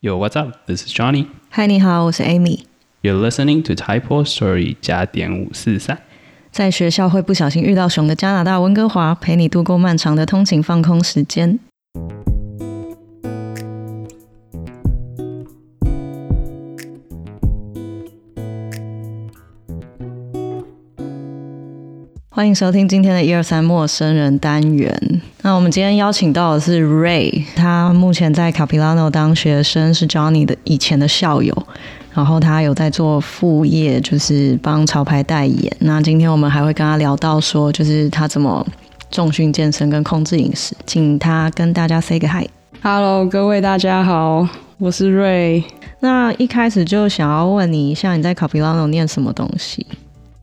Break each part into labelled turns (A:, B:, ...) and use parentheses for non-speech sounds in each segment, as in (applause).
A: Yo, what's up? This is Johnny.
B: 嗨，你好，我是 Amy。
A: You're listening to Typo Story 加点五四三。
B: 在学校会不小心遇到熊的加拿大温哥华，陪你度过漫长的通勤放空时间。欢迎收听今天的一二三陌生人单元。那我们今天邀请到的是 Ray，他目前在 Capilano 当学生，是 Johnny 的以前的校友。然后他有在做副业，就是帮潮牌代言。那今天我们还会跟他聊到说，就是他怎么重训健身跟控制饮食，请他跟大家 say 个 hi。
C: Hello，各位大家好，我是瑞。
B: 那一开始就想要问你一下，你在 Capilano 念什么东西？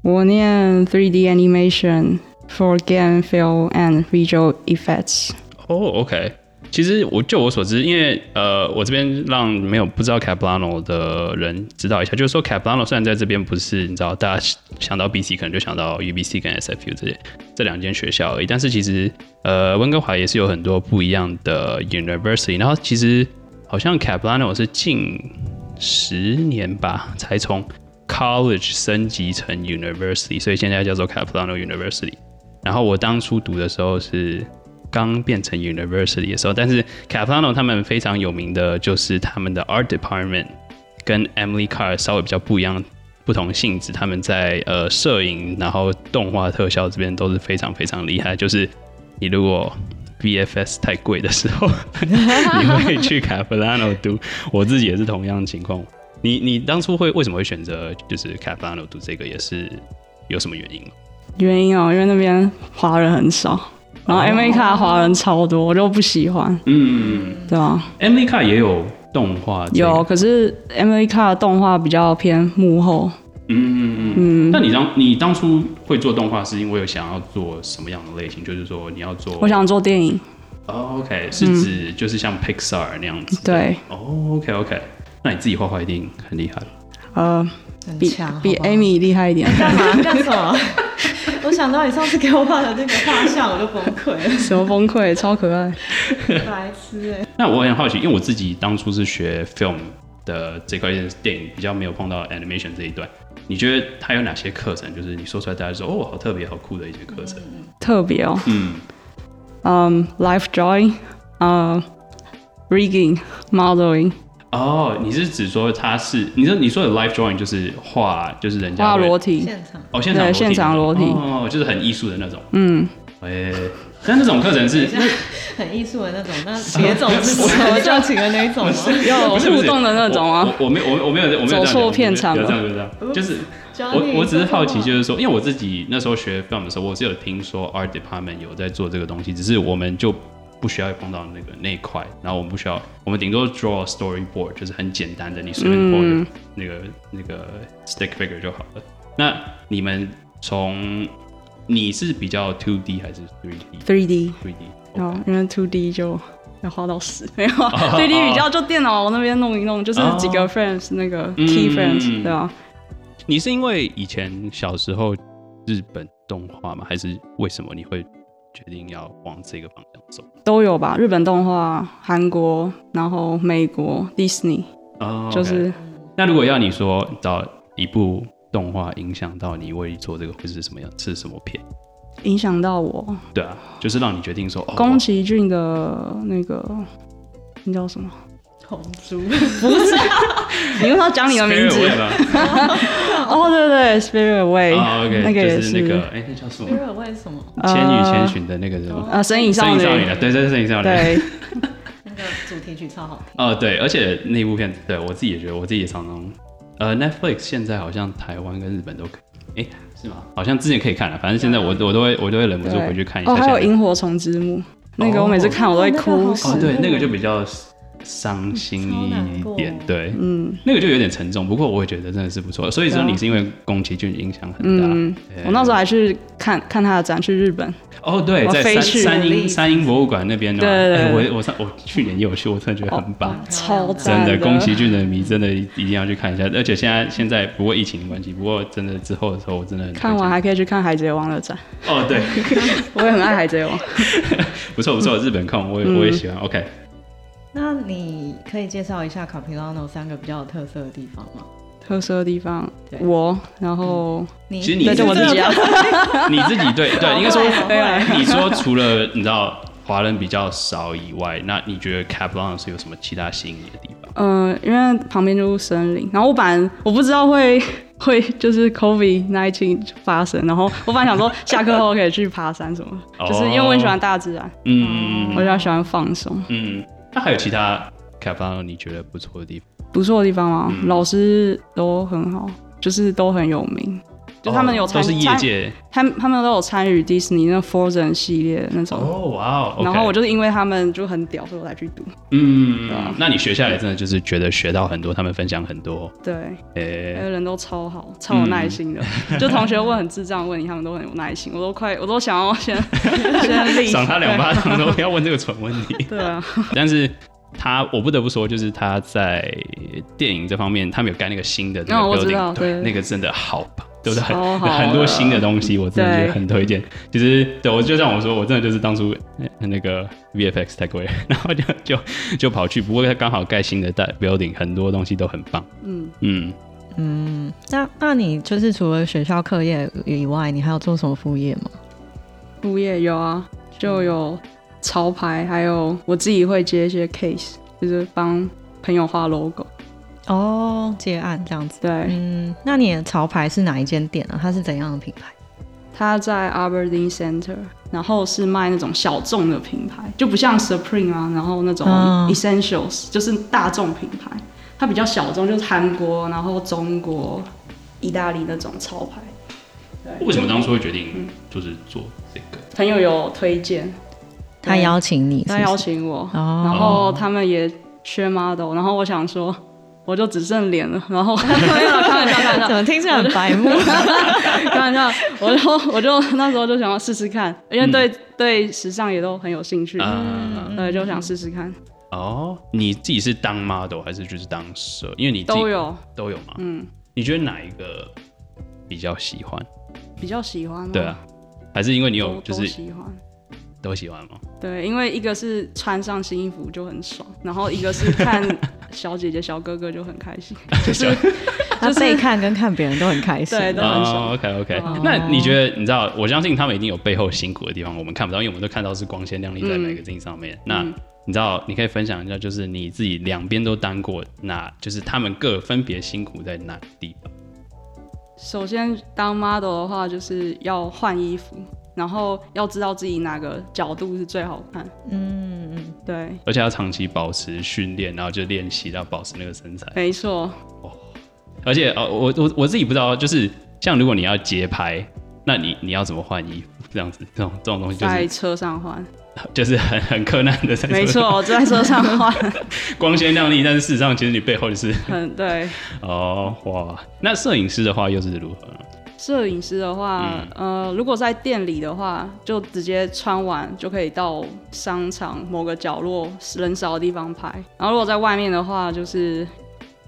C: 我念 3D animation for game, film and visual effects。
A: 哦、o k 其实我就我所知，因为呃，我这边让没有不知道 Caplano 的人知道一下，就是说 Caplano 虽然在这边不是你知道大家想到 BC 可能就想到 UBC 跟 SFU 这些这两间学校而已，但是其实呃，温哥华也是有很多不一样的 University，然后其实好像 Caplano 是近十年吧才从 College 升级成 University，所以现在叫做 Caplano University。然后我当初读的时候是刚变成 university 的时候，但是 Capano 他们非常有名的就是他们的 art department 跟 Emily Carr 稍微比较不一样，不同性质。他们在呃摄影，然后动画特效这边都是非常非常厉害。就是你如果 VFS 太贵的时候， (laughs) 你会去 Capano 读。我自己也是同样的情况。你你当初会为什么会选择就是 Capano 读这个，也是有什么原因吗？
C: 原因哦，因为那边华人很少，然后 America 华人超多，我就不喜欢，
A: 嗯
C: 对吧？
A: ，Emily Carr 也有动画、这个，
C: 有，可是 America 的动画比较偏幕后，
A: 嗯嗯嗯。那你当你当初会做动画，是因为有想要做什么样的类型？就是说你要做，
C: 我想做电影，
A: 哦，OK，是指就是像 Pixar 那样子。
C: 对，
A: 哦，OK OK，那你自己画画一定很厉害了。
C: 呃，
B: 很
C: 比比 Amy 厉害一点，
B: 干嘛干什么？ (laughs) 我想到你上次给我画的那个画像，我就崩溃了，
C: 什么崩溃，超可爱。
B: 白痴哎、
A: 那我很好奇，因为我自己当初是学 film 的这块电影，比较没有碰到 animation 这一段。你觉得它有哪些课程？就是你说出来，大家说哦，好特别、好酷的一些课程。
C: 特别哦，
A: 嗯，
C: 嗯、l i f e drawing，呃，rigging modeling，
A: 哦，你是指说它是？你说你说的 live drawing 就是画，就是人家
C: 画
A: 会
C: 裸体，
B: 现场
A: 哦，现场裸体
C: 对现场裸体
A: 哦，就是很艺术的那种。
C: 嗯，
A: 诶、哎但那种课程是
B: 很艺术的那种，那别种是 (laughs) 什么叫请的那种 (laughs) 吗？
C: 有
A: (laughs) 不是不是
C: 互动的那种啊。
A: 我我没有我我没有我没有这样讲
C: 走错片场
A: 不
C: 了
A: 要这样不要这样，就是
B: 哦
A: 我我只是好奇，
B: (laughs)
A: 就是说，因为我自己那时候学 film 的时候，我是有听说 art department 有在做这个东西，只是我们就不需要碰到那个那一块，然后我们不需要，我们顶多 draw a storyboard，就是很简单的，你随便 draw
C: 嗯
A: 那个、那个 stick figure 就好了。那你们从你是比较 two D 还是 three
C: ，three D，
A: D？three D
C: 然后因为 two D 就要花到 (laughs) 死，没有啊
A: 哦
C: ，three D 比较就电脑那边弄一弄，就是
A: 哦
C: 几个 frames 那个
A: 嗯
C: key
A: 嗯
C: frames，对吧？
A: 你是因为以前小时候日本动画吗？还是为什么你会决定要往这个方向走？
C: 都有吧，日本动画、韩国，然后美国 Disney，
A: 哦
C: 就是
A: 那如果要你说到一部动画影响到你为做这个会是什么样？是什么片？
C: 影响到我。
A: 对啊，就是让你决定说哦，
C: 宫崎骏的那个，那叫什么？
B: 红猪，
C: 你用他讲你的名字
A: Spirit。Away 吧
C: 哦，对对，Spirit Away，、 (laughs)
A: 啊，OK，
C: 哎那个
A: 就
C: 也
A: 是那个哎，那叫什么？
B: 为什么
A: 《啊千与千寻》的那个什么？
C: 呃，神隐
A: 声
C: 少
A: 音
C: 女，
A: 少女的，对，对，是声音少女。
C: 对，
B: 那个主题曲超好听？
A: 哦，对，而且那部片，对我自己也觉得，我自己也常常，呃，Netflix 现在好像台湾跟日本都可以，哎，是吗？好像之前可以看了，反正现在我我都会我都会忍不住
C: 对
A: 回去看一下。
C: 哦，还有
A: 现在
C: 萤火虫之墓，那个我每次看我都会
B: 哦那
C: 哭
B: 个好
C: 死
B: 恐
A: 哦，
B: 怖
A: 对，那个就比较伤心一点
B: 超难，过
A: 对，
C: 嗯
A: 那个就有点沉重，不过我也觉得真的是不错。所以说
C: 对啊
A: 你是因为宫崎骏影响很大，
C: 嗯，
A: 对
C: 我那时候还去看看他的展，去日本，
A: 哦，对，
C: 我
A: 在
C: 飞
A: 三
C: 去
A: 三
B: 努
A: 英
B: 力
A: 三英博物馆那边的嘛，
C: 对对
A: 哎
C: 对哦
A: 我我上我去年也有去，我真的觉得很棒。
C: 超
A: 真
C: 赞
A: 的，宫崎骏的迷真的一定要去看一下，而且现在现在不过疫情的关系，不过真的之后的时候，我真的很推荐
C: 看完还可以去看《海贼王》的展， (laughs)
A: 哦，对，
C: 我也很爱《海贼王》。 (laughs)
A: 不错不错，日本控我也、我也喜欢。OK，
B: 那你可以介绍一下 Capilano 三个比较有特色的地方吗？
C: 特色的地方
B: 对，
C: 我，然后
B: 你
A: 嗯其实你
C: 对，就我自己啊，
A: 你自己对对，应该说
C: (laughs)
B: 对啊，
A: 你说除了你知道华人比较少以外，那你觉得 Caplon 是有什么其他吸引你的地方？
C: 嗯，因为旁边就是森林，然后我本来我不知道会 (laughs) 会就是 COVID nineteen 发生，然后我本来想说下课后可以去爬山什么，
A: 哦
C: 就是因为我很喜欢大自然，
A: 嗯
C: 我比较喜欢放松。
A: 嗯，那还有其他 Caplon 你觉得不错的地方？
C: 不错的地方吗？
A: 嗯
C: 老师都很好，就是都很有名，就他们有
A: 哦都
C: 参
A: 是业
C: 参
A: 界
C: 他们他们都有参与迪士尼那 Frozen 系列的那种。
A: 哦，哇哦，OK，
C: 然后我啊就是因为他们就很屌，所以我才去读。
A: 嗯，那你学下来真的就是觉得学到很多，他们分享很多，
C: 对，
A: 诶、
C: 还有人都超好，超有耐心的。
A: 嗯
C: 就同学问很智障的问题，他们都很有耐心，我都快，我都想要
A: (laughs)
C: 先先立
A: 赏他两巴掌都不要问这个蠢问题。
C: (laughs) 对啊，
A: 但是他，我不得不说，就是他在电影这方面，他们有盖那个新的那
C: 哦
A: 个
C: 我知
A: building，、
C: 道
A: 对，
C: 对
A: 那个真的好棒，对不对？
C: 超
A: 很
C: 好
A: 很多新的东西，我真的觉得
C: 对
A: 很推荐。其实，对我就像我说，我真的就是当初呃那个 VFX 太贵， (laughs) 然后就就就跑去，不过他刚好盖新的大 building，很多东西都很棒。
C: 嗯，
A: 嗯，
B: 嗯，那那你就是除了学校课业以外，你还有做什么副业吗？
C: 物业有啊，就有潮牌，还有我自己会接一些 case，就是帮朋友画 logo。
B: 哦，接案这样子。
C: 对，
B: 嗯，那你的潮牌是哪一间店啊？它是怎样的品牌？
C: 它在 Aberdeen Center，然后是卖那种小众的品牌，就不像 Supreme 啊，然后那种
B: 嗯
C: Essentials、就是大众品牌，它比较小众，就是韩国，然后中国、意大利那种潮牌。对
A: 为什么当初会决定就是做这个？
C: 朋友有推荐，
B: 他
C: 对
B: 邀请你是不
C: 他
B: 是
C: 邀请我，
B: 哦，
C: 然后他们也缺 model，然后我想说。我就只剩脸了，然后 (laughs) 没有啦开玩笑，开玩笑，
B: 怎么听起来很白目？
C: (laughs) 开
B: (laughs)
C: 玩笑，我就我就那时候就想要试试看，因为对、对时尚也都很有兴趣，
A: 嗯
C: 嗯
A: 啊、
C: 对，就想试试看，
A: 哦，你自己是当 model 还是就是当摄？因为你自己
C: 都有，
A: 都有吗？
C: 嗯，
A: 你觉得哪一个比较喜欢？
C: 比较喜欢吗？
A: 对啊，还是因为你
C: 嗯都，
A: 有就
C: 都
A: 是
C: 喜欢。
A: 都喜欢吗？
C: 对，因为一个是穿上新衣服就很爽，然后一个是
A: (laughs)
C: 看小姐姐小哥哥就很开心，就是
B: 他被看跟看别人都很开心。
C: 对都很爽。
A: ，OK OK，、
C: 哦
A: 那你觉得你知道？我相信他们一定有背后辛苦的地方，我们看不到，因为我们都看到是光鲜亮丽在
C: 嗯
A: magazine 上面。那
C: 嗯
A: 你知道，你可以分享一下，就是你自己两边都当过，那就是他们各分别辛苦在哪地方？
C: 首先当 model 的话，就是要换衣服，然后要知道自己哪个角度是最好看。
B: 嗯，嗯
C: 对，
A: 而且要长期保持训练，然后就练习到保持那个身材。
C: 没错，
A: 而且呃，我我我自己不知道，就是像如果你要节拍，那你你要怎么换衣服？这样子，这种这种东西就
C: 在
A: 是
C: 车上换，
A: 就是很 (laughs) 很困难的，
C: 没， (laughs) 错，我在车上换，
A: (laughs) 光鲜亮丽，但是事实上其实你背后就是
C: 很对。
A: 哦哇。那摄影师的话又是如何呢？
C: 摄影师的话，呃，如果在店里的话，就直接穿完就可以到商场某个角落人少的地方拍。然后如果在外面的话，就是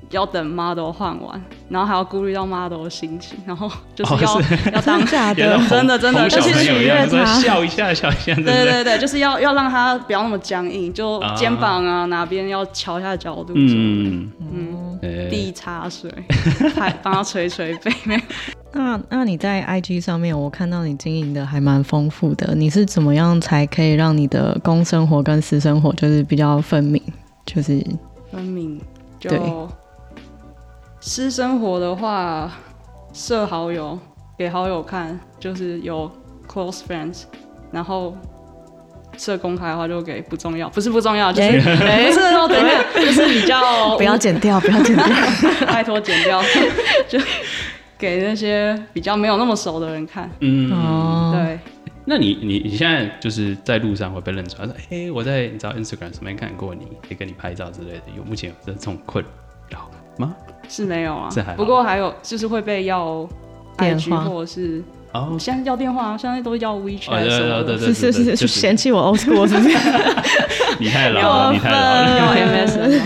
C: 要等 model 换完，然后还要顾虑到 model 的心情，然后就是 (laughs) 要、
A: 哦
C: 要当
B: 真假
A: 也是
B: 的？
A: 哄
C: 啊真的真的
A: 哄小
C: 就是
A: 朋友一
B: 取悦
A: 样，说
B: 他
A: 笑一下笑一下，对不
C: 对
A: 对？
C: 对对，就是要要让他不要那么僵硬，就
A: 啊
C: 肩膀啊哪边要瞧一下角度，嗯，
A: 嗯，
B: 嗯，
A: 呃
C: 地插水，还帮他捶捶背，没有
B: 那那你在 IG 上面，我看到你经营的还蛮丰富的。你是怎么样才可以让你的公生活跟私生活就是比较分明？就是
C: 分明
B: 对
C: 就私生活的话，设好友给好友看，就是有 close friends，然后设公开的话就给不重要，不是不重要，就是、
B: 哎
A: (laughs)
C: 不是哦，等一下，就是比较
B: 不要剪掉，不要剪掉。
C: 拜托剪掉， (laughs) 就给那些比较没有那么熟的人看，
A: 嗯，
B: 哦，
C: 对。
A: 那你你你现在就是在路上会被认出来，说哎、我在你知道 Instagram 上面看过你，可以跟你拍照之类的，有目前有这种困扰吗？
C: 是没有啊
A: 这还，好
C: 不过还有就是会被要
B: 电
C: IG
B: 话
C: 或者是
A: 哦，
C: 现在要电话啊，现在都要
A: 哦
C: WeChat
A: 对
C: 什么
A: 对对
C: 的
A: 对，
B: 是
A: 对
B: 是是，是嫌
A: 嫌
B: 弃我 old school 是不 (laughs) 是？
A: 你太老了，你太老了。
C: 要 MSN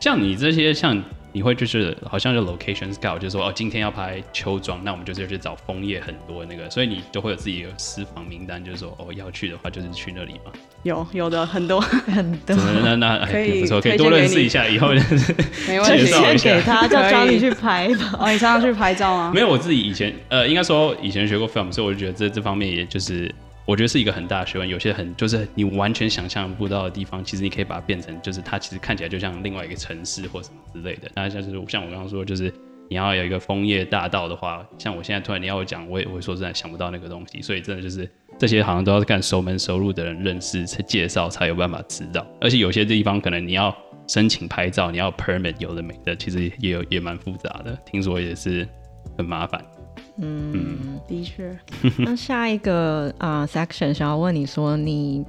A: 像你这些像你会就是好像就 location scout，就是说哦，今天要拍秋装，那我们就是去找枫叶很多那个，所以你就会有自己的私房名单，就是说哦，要去的话就是去那里嘛。
C: (laughs) 有有的很多，
B: 很多。
A: 那那哎
C: (laughs) 可以
A: 也不错，可以
C: 推荐
A: 多认识
C: 给你
A: 一下，以后就是
C: 没问
A: (laughs) 介
C: 题。
A: 绍一
B: 先
A: 下
B: 给他，叫
C: 可以
B: Johnny 去拍吧。 (laughs)
C: 哦，你常常去拍照吗？
A: 没有，我自己以前呃，应该说以前学过 film，所以我就觉得这这方面也就是。我觉得是一个很大的学问，有些很就是你完全想象不到的地方，其实你可以把它变成，就是它其实看起来就像另外一个城市或什么之类的。那像就是像我刚刚说，就是你要有一个枫叶大道的话，像我现在突然你要我讲，我也我会说真的想不到那个东西，所以真的就是这些好像都要干熟门熟路的人认识、介绍才有办法知道。而且有些地方可能你要申请拍照，你要 permit 有的没的，其实也有也蛮复杂的，听说也是很麻烦。
C: 的确，
B: 那下一个啊、呃 section 想要问你说你。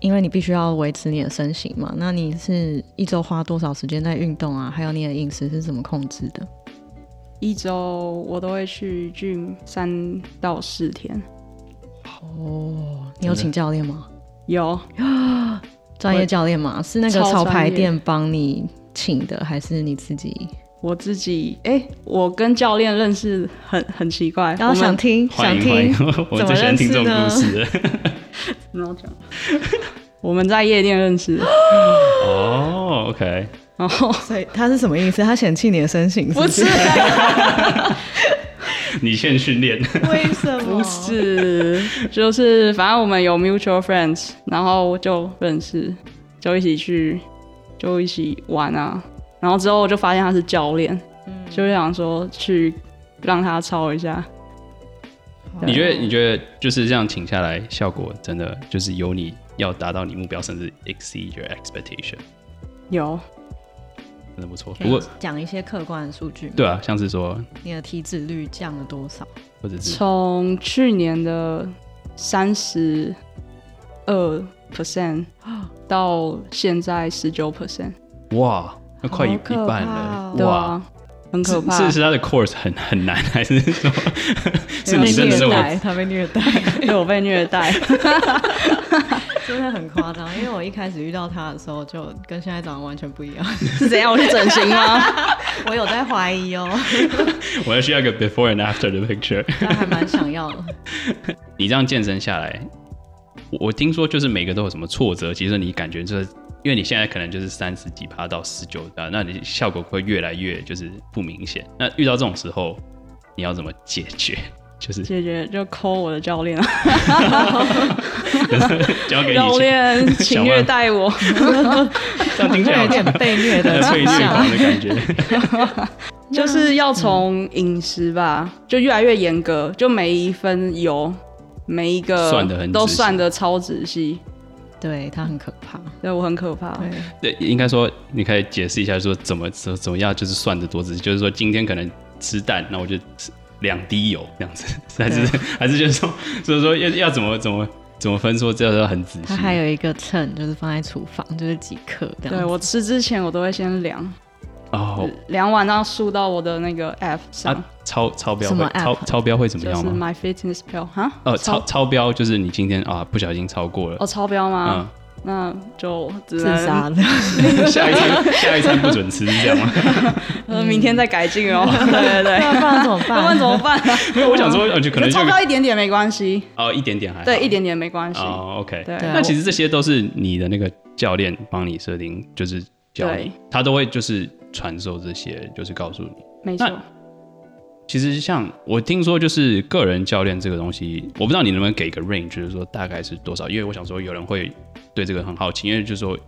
B: 因为你必须要维持你的身形嘛，那你是一周花多少时间在运动啊？还有你的饮食是怎么控制的？
C: 一周我都会去 gym 三到四天。
B: 哦，你有请教练吗？
C: 有，
B: 专业教练吗？是那个
C: 超
B: 潮牌
C: 专业
B: 店帮你请的，还是你自己？
C: 我自己，哎、我跟教练认识很很奇怪。
B: 然后
C: 我们
B: 想听，
A: 欢
B: 想
A: 迎欢
B: 听
A: 迎， (laughs) 我最喜欢听这种故事
B: (laughs)
A: 了。
C: 怎么讲？ (laughs) 我们在夜店认识的，
A: 哦，OK，
C: 然后
B: 所以他是什么意思？他嫌弃你的身形？
C: 不是
A: 你先训练，
B: 为什
A: (laughs)
B: 么？
C: 不，是， (laughs) 就是反正我们有 mutual friends，然后就认识，就一起去，就一起玩啊。然后之后我就发现他是教练，
A: 嗯
C: 就想说去让他抄一下。
A: 你觉
B: 啊
A: 得你觉得就是这样请下来，效果真的就是有你要达到你目标，甚至 exceed your expectation，
C: 有，
A: 真的不错。
B: 可
A: 不
B: 以
A: 过
B: 讲一些客观的数据吗？
A: 对啊，像是说
B: 你的体脂率降了多少？
A: 或者是
C: 从去年的三十二
A: (gasps)
C: percent 到现在十九 percent，
A: 哇，那快有
B: 好可
A: 一半
B: 怕
A: 了
B: 哦，
C: 对
A: 哇。
C: 啊，很可怕。
A: 是是他的 course 很很难，还是说 (laughs) 是
B: 他被
A: 你真的
B: 虐
A: 是我？
B: 待，他被虐待，
C: 对我被虐待，
B: (laughs) 真的很夸张。因为我一开始遇到他的时候，就跟现在长得完全不一样，
C: (laughs) 是怎样？我去整形吗？
B: (laughs) 我有在怀疑哦，
A: 我要需要一个 before and after 的 picture。
B: 但还蛮想要的。
A: 你这样健身下来，我我听说就是每个都有什么挫折，其实你感觉就是，因为你现在可能就是三十几趴到十九趴，那你效果会越来越就是不明显。那遇到这种时候，你要怎么解决？
C: (laughs)
A: 就是
C: 解决就抠我的教练啊，
A: 交给
C: 教
A: (laughs) 你， (laughs)
C: 练请虐待我，
A: 这样听起来
B: 有
A: 好
B: 点
C: (laughs)
A: 像
B: 被虐的
A: 被虐
B: 倾向
A: 狂。的感觉。
B: 嗯
C: 就是要从饮食吧，就越来越严格，就每一分油，每一个
A: 算得很
C: 都
A: 仔细
C: 算的超仔细，
B: 对他很可怕，
C: 对我很可怕。
B: 对，
A: 对，应该说你可以解释一下，说怎么怎怎么样，就是算的多仔细，就是说今天可能吃蛋，那我就吃两滴油这样子， (laughs) 还是还是就是说，就是说要要怎么怎么怎么分说，这要很仔细。
B: 他还有一个秤，就是放在厨房，就是几克这样。
C: 对我吃之前我都会先量，
A: 哦，
C: 量完然后输到我的那个 app 上，
A: 啊，超超标
B: 什
A: 会
B: 么 app？
A: 超超标会怎么
C: 就
A: 样
C: 是
A: 吗？
C: My Fitness 标哈，
A: 呃，超超标就是你今天啊不小心超过了，
C: 哦超标吗？
A: 嗯，
C: 那就只
B: 自
C: 能
B: (laughs) 杀的，
A: (laughs) 下一餐下一餐不准吃是这样吗？
C: 呃明天再改进哦。
B: (laughs)
C: 对对对，
B: 那啊不然怎么
C: 要不然
B: 办？
C: 怎么办？
A: 没有，我想说呃 (laughs) 就可能就
C: 超标一点点没关系，
A: 哦一点点还好
C: 对，一点点没关系。
A: 哦 OK，
C: 对，
B: 对啊
A: 那其实这些都是你的那个教练帮你设定，就是教你
C: 对，
A: 他都会就是传授这些，就是告诉你。
C: 没错
A: 那，其实像我听说，就是个人教练这个东西，我不知道你能不能给一个 range，就是说大概是多少？因为我想说有人会对这个很好奇，因为就是说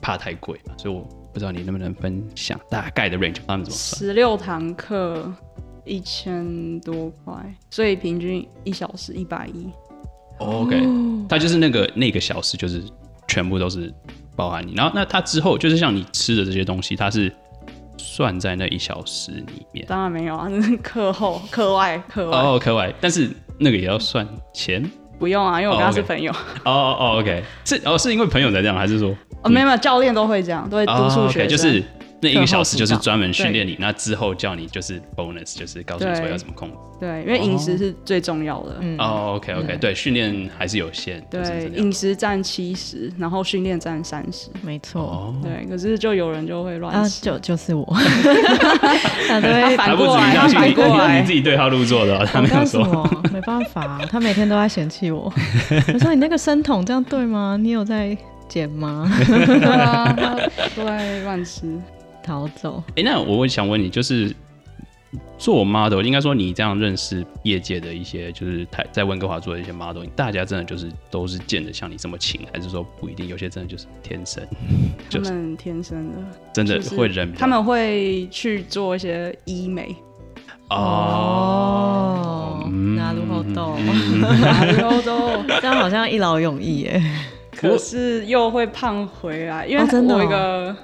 A: 怕太贵嘛，所以我不知道你能不能分享大概的 range，他们怎么算？
C: 十六堂课一千多块，所以平均一小时一百一。
A: 哦 OK，它就是那个那个小时，就是全部都是包含你。然后那它之后就是像你吃的这些东西，它是算在那一小时里面。
C: 当然没有啊，那是课后、课外、课外、
A: 哦，课外，但是那个也要算钱。
C: 不用啊，因为我跟他
A: 哦，OK
C: 是朋友。
A: 哦哦哦，OK，是哦，是因为朋友才这样，还是说
C: 哦，没有没有，教练都会这样，都会督
A: 哦
C: 促
A: ，OK，
C: 学生。
A: 就是那一个
B: 课后
A: 小时
B: 辅
A: 就是
B: 导
A: 专门训
B: 对
A: 练你，那之后叫你就是 bonus，就是告诉你说
C: 对
A: 要怎么控制。
C: 对，因为饮食是最重要的。
A: 哦，OK OK，对，训练还是有限，就是
C: 对，
A: 这样
C: 饮食占七十，然后训练占三十。
B: (laughs) 没错。
A: 哦，
C: 对，可是就有人就会乱
B: 啊，
C: 吃，
B: 就就是 (laughs) 我，啊对
C: 他，
A: 还
C: 反
A: 不止
C: 过
A: 你
C: 来，
A: 相
C: 他
A: 信
C: 反过
A: 你，你
C: 来
A: 自。己对号入座的哦，他没有
B: 干什
A: 说。
B: 么，没办法、他每天都在嫌弃我。 (laughs) 我说你那个生酮这样对吗？你有在减吗？
C: 对啊， (laughs) 他都在乱吃。
B: 逃走。
A: 哎、那我想问你，就是做 model，应该说你这样认识业界的一些，就是台在温哥华做的一些 model，大家真的就是都是见得像你这么勤，还是说不一定？有些真的就是天生，
C: 他
A: 就是
C: 们天生的，
A: 真的
C: 就是
A: 会人比较
C: 他们会去做一些医美，
A: 哦。
B: 哦，拿入
A: 嗯
B: 后斗，
C: 然后都，
B: 哦这样好像一劳永逸耶。
C: 可是又会胖回来，因为
B: 哦真的哦
C: 我有一个、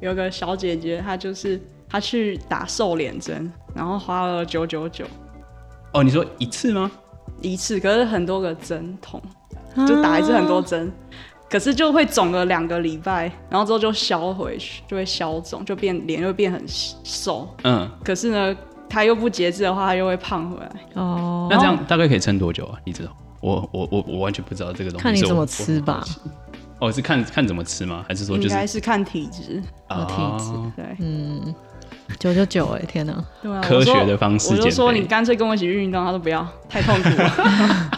C: 有一个小姐姐，她就是她去打瘦脸针，然后花了九九九
A: 哦，你说一次吗？
C: 一次，可是很多个针筒，
A: 啊
C: 就打一次很多针。可是就会肿个两个礼拜，然后之后就消回去，就会消肿，就变脸又变很瘦。
A: 嗯，
C: 可是呢，她又不节制的话，她又会胖回来。
B: (laughs) 哦，
A: 那这样大概可以撑多久啊？你知道？我我我我完全不知道这个东西，
B: 看你
A: 所以
B: 怎
A: 我
B: 么吃。吧。
A: 我哦，是看看怎么吃吗？还是说就
C: 应
A: 是
C: 该是看体质，
A: 啊
B: 体质
C: 对，
B: 九九九，哎，天哪！
C: 对啊。
A: 科
C: 我说
A: 学的方式
C: 我就
A: 减
C: 说
A: 肥
C: 你干脆跟我一起运动，他都不要，太痛苦
A: (laughs)
C: 了。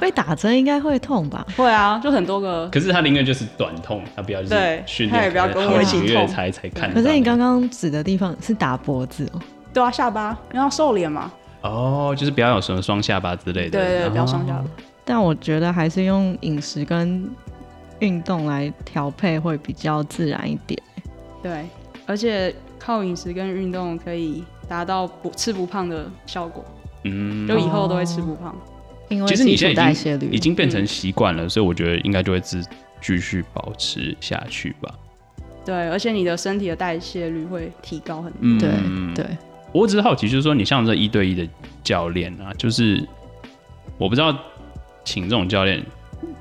B: 被打针应该会痛吧？
C: 会啊，就很多个，
A: 可是他宁愿就是短痛，他不要就是
C: 对
A: 训练，
C: 他也不要跟
A: 好
C: 我一
A: 几
C: 起
A: 个月
C: 痛
A: 才才看得到
B: 可
A: 那个。
B: 是你刚刚指的地方是打脖子哦，
C: 对啊，下巴，因为要瘦脸嘛，
A: 哦，就是不要有什么双下巴之类的。
C: 对对对，不要双下巴
A: 哦。。
B: 但我觉得还是用饮食跟运动来调配会比较自然一点。
C: 对，而且靠饮食跟运动可以达到不吃不胖的效果，
A: 嗯，
C: 就以后都会吃不胖。
B: 因为
A: 其实你
B: 基
A: 现
B: 础
A: 在
B: 代
A: 已
B: 谢
A: 经
B: 率
A: 已经变
C: 嗯
A: 成习惯了，所以我觉得应该就会自继续保持下去吧。
C: 对，而且你的身体的代谢率会提高很多。
A: 嗯，
B: 对对，
A: 我只是好奇，就是说你像这一对一的教练啊，就是我不知道请这种教练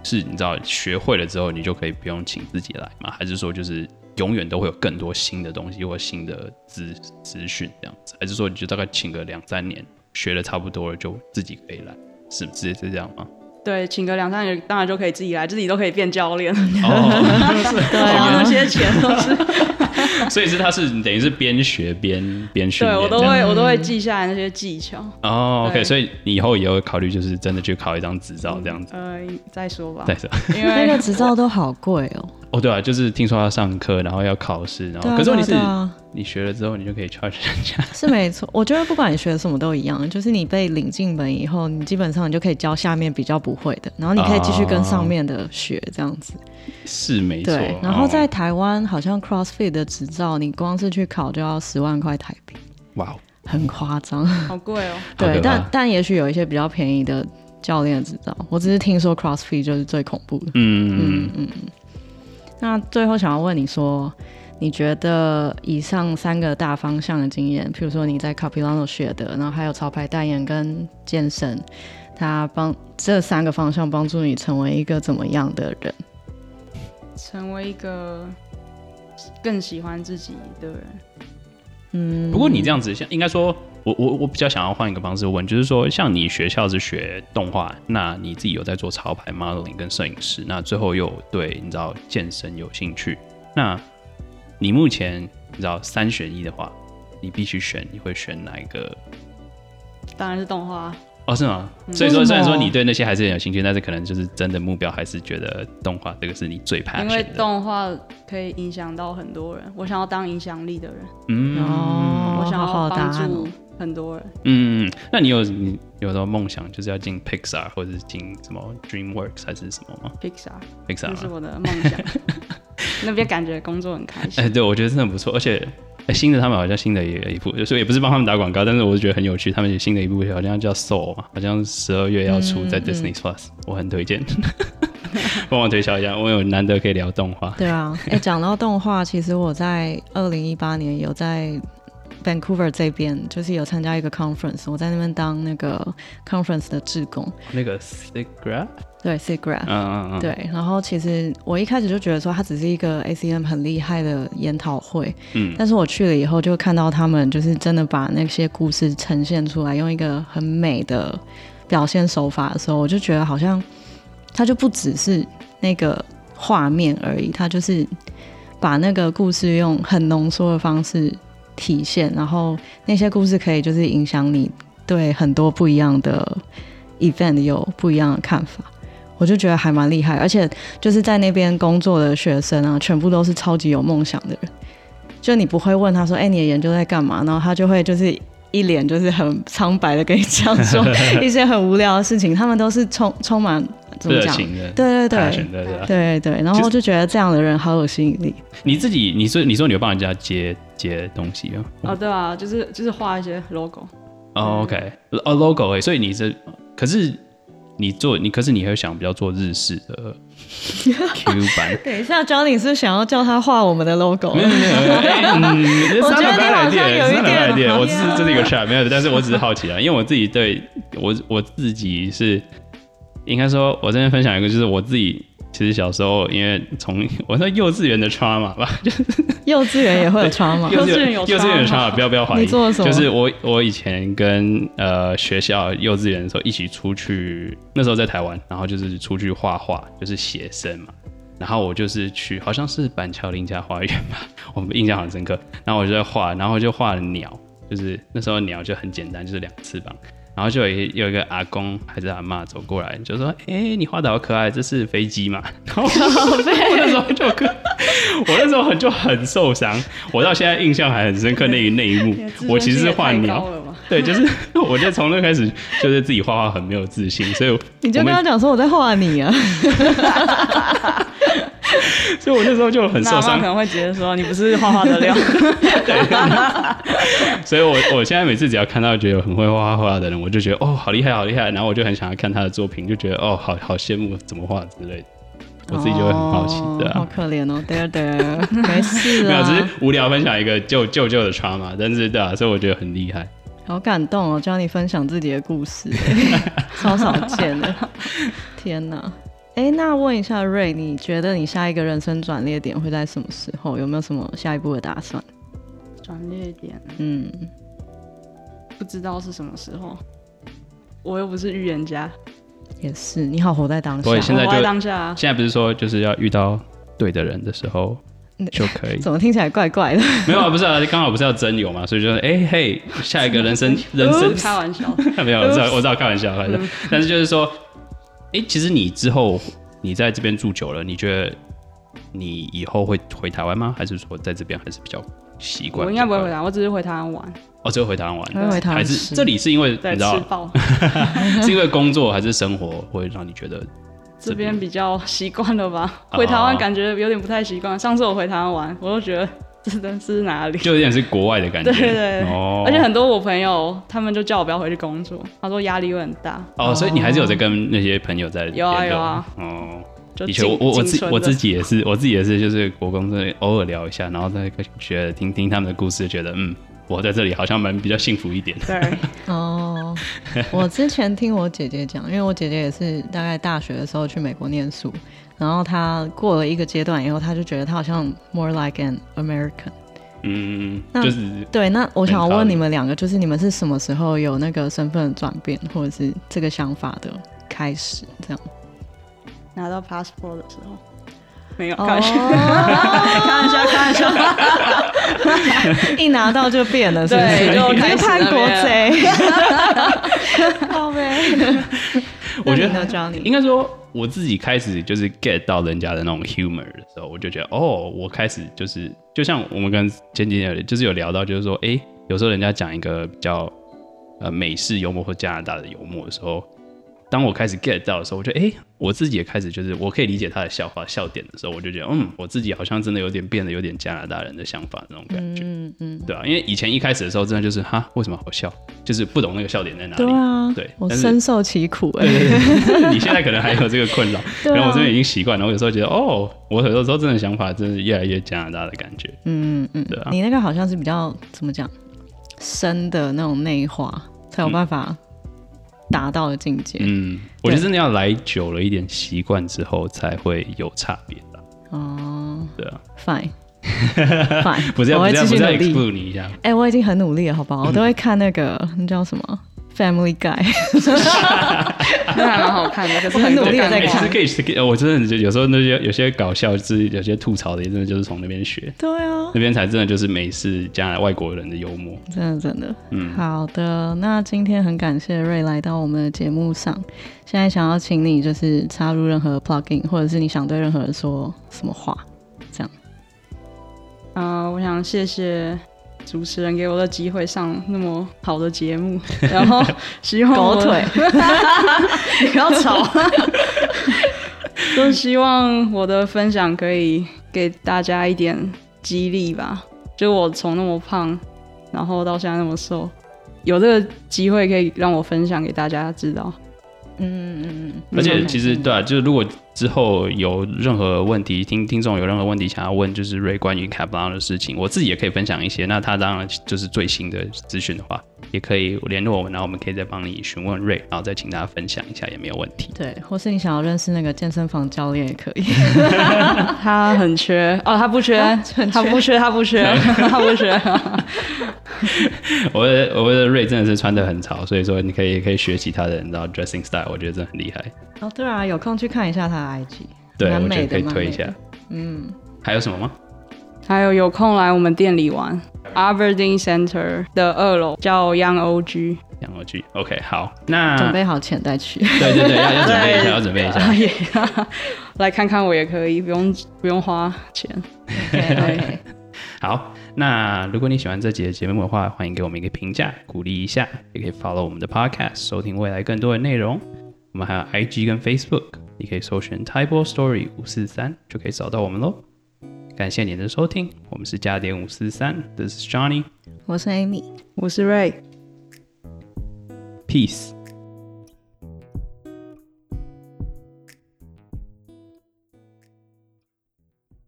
A: 是你知道学会了之后，你就可以不用请自己来吗？还是说就是永远都会有更多新的东西或新的资资讯这样子？还是说你就大概请个两三年，学的差不多了就自己可以来？是是是这样吗？
C: 对，请个两三年，当然就可以自己来，自己都可以变教练，
A: 哦， (laughs)
B: 对
C: 那
B: 啊，
C: 些钱都是。
A: 所以是他是等于是边学边边训
C: 对
A: 练这样，
C: 我都会，我都会记下来那些技巧。
A: 哦，OK，
C: 对
A: 所以你以后也有考虑就是真的去考一张执照这样子，
C: 呃，再说吧
A: 再，说。
C: 因
B: 那 (laughs)
C: 为
B: 个执照都好贵哦。
A: 哦，对啊，就是听说要上课，然后要考试，然后、
B: 对啊，
A: 可是问
B: 对
A: 题是
B: 啊，对，啊，
A: 你学了之后你就可以 charge 人家。
B: 是没错。我觉得不管你学什么都一样，就是你被领进门以后，你基本上你就可以教下面比较不会的，然后你可以继续跟上面的学这样子。
A: 是啊没错
B: 对，，然后
A: 哦
B: 在台湾好像 CrossFit 的执照，你光是去考就要十万块台币，
A: 哇哦，
B: 很夸张。
C: 好贵哦。
A: 好可
B: 对，
A: 怕
B: 但但也许有一些比较便宜的教练执照，我只是听说 CrossFit 就是最恐怖的。
A: 嗯，嗯
B: 那最后想要问你说，你觉得以上三个大方向的经验，譬如说你在 Capilano 学的，然后还有潮牌代言跟健身，它帮这三个方向帮助你成为一个怎么样的人？
C: 成为一个更喜欢自己的人。
B: 嗯
A: 不过你这样子，像应该说，我我我比较想要换一个方式问，就是说，像你学校是学动画，那你自己有在做潮牌 modeling 跟摄影师，那最后又有对你知道健身有兴趣，那你目前你知道三选一的话，你必须选，你会选哪一个？
C: 当然是动画，啊
A: 哦，是吗？
C: 嗯
A: 所以说，
B: 为什
A: 虽
B: 么
A: 然说你对那些还是很有兴趣，但是可能就是真的目标还是觉得动画这个是你最
C: 因
A: passion
C: 为
A: 的。
C: 动画可以影响到很多人。我想要当影响力的人，
A: 哦嗯
B: 哦
C: 我想
B: 好好的
C: 要
B: 答
C: 帮
B: 案哦
C: 助很多人。
A: 嗯，那你有你有什么梦想，就是要进 Pixar 或者是进什么 DreamWorks 还是什么吗
C: Pixar，
A: ？Pixar
C: 这是
A: 吗？
C: 我的梦
A: (laughs)
C: 想。那边感觉工作很开
A: 哎、
C: 心，
A: 对，我觉得真的很不错，而且、哎新的他们好像新的也有一部，就是也不是帮他们打广告，但是我就觉得很有趣，他们有新的一部好像叫 Soul 嘛，好像十二月要出
C: 嗯
A: 在 Disney Plus，、我很推荐， (laughs) 帮我推销一下，我有难得可以聊动画。
B: 对啊，哎、讲到动画，其实我在二零一八年有在 Vancouver 这边，就是有参加一个 conference，我在那边当那个 conference 的志工，
A: 那个 Sigra，
B: 对 s i g r a
A: 嗯嗯嗯，
B: 对，然后其实我一开始就觉得说它只是一个 ACM 很厉害的研讨会，
A: 嗯
B: 但是我去了以后就看到他们就是真的把那些故事呈现出来，用一个很美的表现手法的时候，我就觉得好像它就不只是那个画面而已，它就是把那个故事用很浓缩的方式体现，然后那些故事可以就是影响你对很多不一样的 event 有不一样的看法。我就觉得还蛮厉害，而且就是在那边工作的学生啊，全部都是超级有梦想的人。就你不会问他说：“哎、你的研究在干嘛？”然后他就会就是一脸就是很苍白的跟你讲说一些很无聊的事情。他们都是充充满怎么
A: 热
B: 讲？
A: 情的，
B: 对对对
A: ，passion 的，对吧
B: 对对，然后我就觉得这样的人好有吸引力。
A: 你自己，你说你说你有帮人家接接东西啊？
C: 啊，对啊，就是就是画一些 logo。
A: 哦，OK，哦，logo 哎，所以你这可是你做你，可是你会想比较做日式的 Q 版。
B: 等一下，Johnny 是想要叫他画我们的 logo？
A: 没有没有没有哎嗯，
B: 我
A: it's not a
B: 觉得你
A: bad
B: 好
A: idea，
B: 像有一
A: it's not a
B: 点
A: bad idea，
B: 好
A: 我只是这是一个 trap，没有，但是我只是好奇啊，因为我自己对我我自己是应该说，我这边分享一个，就是我自己其实小时候，因为从我说幼稚园的 trauma 吧，
B: (laughs) 幼稚园也会有穿吗？
C: 幼稚园有
A: 幼稚园有
C: trauma
A: 不要不要怀疑。
B: 你做了什么
A: 就是我我以前跟呃学校幼稚园的时候一起出去，那时候在台湾，然后就是出去画画，就是写生嘛。然后我就是去，好像是板桥林家花园吧， (laughs) 我印象很深刻。然后我就在画，然后就画了鸟，就是那时候鸟就很简单，就是两翅膀。然后就有一有一个阿公还是阿嬷走过来，就说：“哎、你画的好可爱，这是飞机嘛？” (laughs) 然后我
C: (laughs)
A: 那时候就跟，我那时候很就很受伤，我到现在印象还很深刻那一那一幕
C: (laughs) 你的自。
A: (laughs) 我
C: 尊
A: 其实
C: 心
A: 是
C: 也
A: 画哦
C: 太
A: 鸟
C: 高，了 (laughs) 吧？
A: 对，就是 (laughs) 我就从那开始就是自己画画很没有自信，
C: (laughs)
A: 所以我
B: 你就
A: 我
B: 跟
A: 们
B: 他讲说我在画你啊。
A: 所以我那时候就很
C: 那
A: 受
C: 妈
A: 伤
C: 可，能会直接说你不是画画的
A: (laughs)
C: 料。
A: 所以我我现在每次只要看到觉得很会画画的人，我就觉得哦好厉害好厉害，然后我就很想要看他的作品，就觉得哦好好羡慕怎么画之类的， (laughs) 我自己就会很好奇，
B: 哦
A: 对啊
B: 好。可怜哦，对啊对啊，
A: (laughs)
B: 没事
A: 没有，
B: 啊，
A: 只是无聊分享一个舅舅舅的 trauma，但是对啊，所以我觉得很厉害。
B: 好感动哦，教你分享自己的故事， (laughs) 超少见的，
A: (laughs)
B: 天哪！哎，那问一下瑞，你觉得你下一个人生转捩点会在什么时候？有没有什么下一步的打算？
C: 转捩点
B: 嗯，
C: 不知道是什么时候，我又不是预言家，
B: 也是，你好活在当下
A: 我也。现在
C: 我
A: 就
C: 活在当下啊。
A: 现在不是说就是要遇到对的人的时候
C: 嗯
A: 就可
C: (laughs)
A: 以，
B: 怎么听起来怪怪的？
A: 没有啊，不是啊，刚好不是要真有嘛，所以就说哎、嘿，下一个人生 (laughs) 人生
C: 开玩笑，
A: 没有，我
C: (laughs)
A: 知道我知道开玩笑，开玩
C: 嗯
A: 笑。但是就是说，哎、其实你之后你在这边住久了，你觉得你以后会回台湾吗？还是说在这边还是比较习惯？
C: 我应该不会回。答，我只是回台湾玩，
A: 哦，只会回台湾玩。
B: 我会回台
A: 还
B: 湾
A: 是
B: 吃
A: 这里是因为你
C: 对，
A: 知
C: 吃
A: 道
C: 爆。
A: 是因为工作还是生活会让你觉得
C: 这边比较习惯了吧？
A: 哦
C: 回台湾感觉有点不太习惯。上次我回台湾玩，我都觉得这真是哪里？
A: 就有点是国外的感觉？
C: 对对对
A: 哦，
C: 而且很多我朋友他们就叫我不要回去工作，他说压力会很大，
A: 哦，所以你还是有在跟那些朋友在
C: 有啊
A: 联络
C: 有啊，
A: 哦。
C: 就
A: 的
C: 仅
A: 确，我我我
C: 仅
A: 自
C: 存
A: 我
C: 的
A: 自己也是，我自己也是，就是国公这里偶尔聊一下，然后再觉得听听他们的故事，觉得嗯，我在这里好像蛮比较幸福一点。
C: 对，
B: 哦，我之前听我姐姐讲，因为我姐姐也是大概大学的时候去美国念书，然后她过了一个阶段以后，她就觉得她好像 more like an American。
A: 嗯，
B: 那
A: 就是
B: 对，那我想要
A: 很好
B: 问你们两个，就是你们是什么时候有那个身份的转变，或者是这个想法的开始？这样
C: 拿到 passport 的时候，没有，开玩笑，
B: 哦，
C: 开玩笑，开玩笑，
B: 一拿到就变
A: (laughs)
B: 了，是不是？
C: 对就开始
B: 你是叛国贼。 (laughs)
C: 好呗。
A: (laughs) 我觉
B: 那你呢
A: 得
B: ，Johnny？
A: 应该说我自己开始就是 get 到人家的那种 humor 的时候，我就觉得哦，我开始就是就像我们跟前几天有就是有聊到，就是说，哎、有时候人家讲一个比较呃美式幽默或加拿大的幽默的时候，当我开始 get 到的时候，我觉得哎、诶我自己也开始就是我可以理解他的笑话笑点的时候，我就觉得嗯，我自己好像真的有点变得有点加拿大人的想法那种感觉，
B: 嗯嗯，
A: 对啊，因为以前一开始的时候真的就是哈为什么好笑，就是不懂那个笑点在哪里，
B: 对啊，
A: 对
B: 我
A: 但是
B: 深受其苦哎、
A: (laughs) 你现在可能还有这个困扰，
B: 对
A: 然
B: 啊
A: 后我这边已经习惯了。我有时候觉得，哦，我有时候真的想法真的越来越加拿大的感觉。
B: 嗯嗯
A: 对啊
B: 嗯，你那个好像是比较怎么讲？深的那种内化，才有办法达到的境界。
A: 嗯，我觉得真的要来久了一点，习惯之后才会有差别的。
B: 哦
A: 对啊， (laughs)
B: ，fine、f i n e fine，
A: 不是要
B: 我
A: 不
B: 会
A: 是要
B: 继
A: 不
B: 续
A: 是要嗯
B: 努力。
A: exclude 你一下，
B: 哎、我已经很努力了，好不好？我都会看那个那叫什么《Family Guy》 (laughs)
C: 那还蛮好看的，可是
B: 我很努
C: 多
B: 力地
C: 干
B: 在
A: 哎其
C: 话
A: 实可以是可以，呃我真的就有时候那些有些搞笑，就是有些吐槽的，真的就是从那边学，
B: 对啊，
A: 那边才真的就是美式加拿大外国人的幽默。
B: 真的真的。
A: 嗯
B: 好的，那今天很感谢瑞来到我们的节目上。现在想要请你就是插入任何 plugin，或者是你想对任何人说什么话。
C: 啊、我想谢谢主持人给我的机会上那么好的节目，然后希
A: 哦
C: 望我
B: 狗腿，
C: 不要吵，就希望我的分享可以给大家一点激励吧。就我从那么胖，然后到现在那么瘦，有这个机会可以让我分享给大家知道。
B: 嗯嗯嗯，
A: 而且其实对啊，就是如果之后有任何问题，听听众有任何问题想要问，就是瑞关于卡布拉的事情，我自己也可以分享一些。那他当然就是最新的资讯的话，也可以联络我们，然后我们可以再帮你询问瑞，然后再请他分享一下也没有问题。
B: 对，或是你想要认识那个健身房教练也可以。 (laughs)
C: 他很缺哦，他不缺，
B: 很缺
C: 他不缺，他不 (laughs) 缺，他不缺。
A: 我的我的瑞真的是穿的很潮，所以说你可以可以学其他的人，然后 dressing style，我觉得真的很厉害。
B: 哦，对啊，有空去看一下他的 IG，
A: 对，
B: 蛮
A: 我觉
B: 美
A: 得
B: 的
A: 可以推一下。。
B: 蛮美的嗯，
A: 还有什么吗？
C: 还有有空来我们店里玩，Aberdeen Center 的二楼叫 Young OG。
A: 养乐剧，OK，好，那
B: 准备好钱再去。
A: 对对对，要要准备一下，要准备一
C: 啊
A: 下。
C: 下， (laughs) 来看看我也可以，不用不用花钱。
B: OK (laughs) OK，
A: 好，那如果你喜欢这集的节目的话，欢迎给我们一个评价，鼓励一下，也可以 follow 我们的 podcast，收听未来更多的内容。我们还有 IG 跟 Facebook，你可以搜寻 Table Story 五四三就可以找到我们喽。感谢你的收听，我们是加点五四三，This is Johnny，Peace
B: 我是 Amy。
C: 我是 Ray。。
A: Peace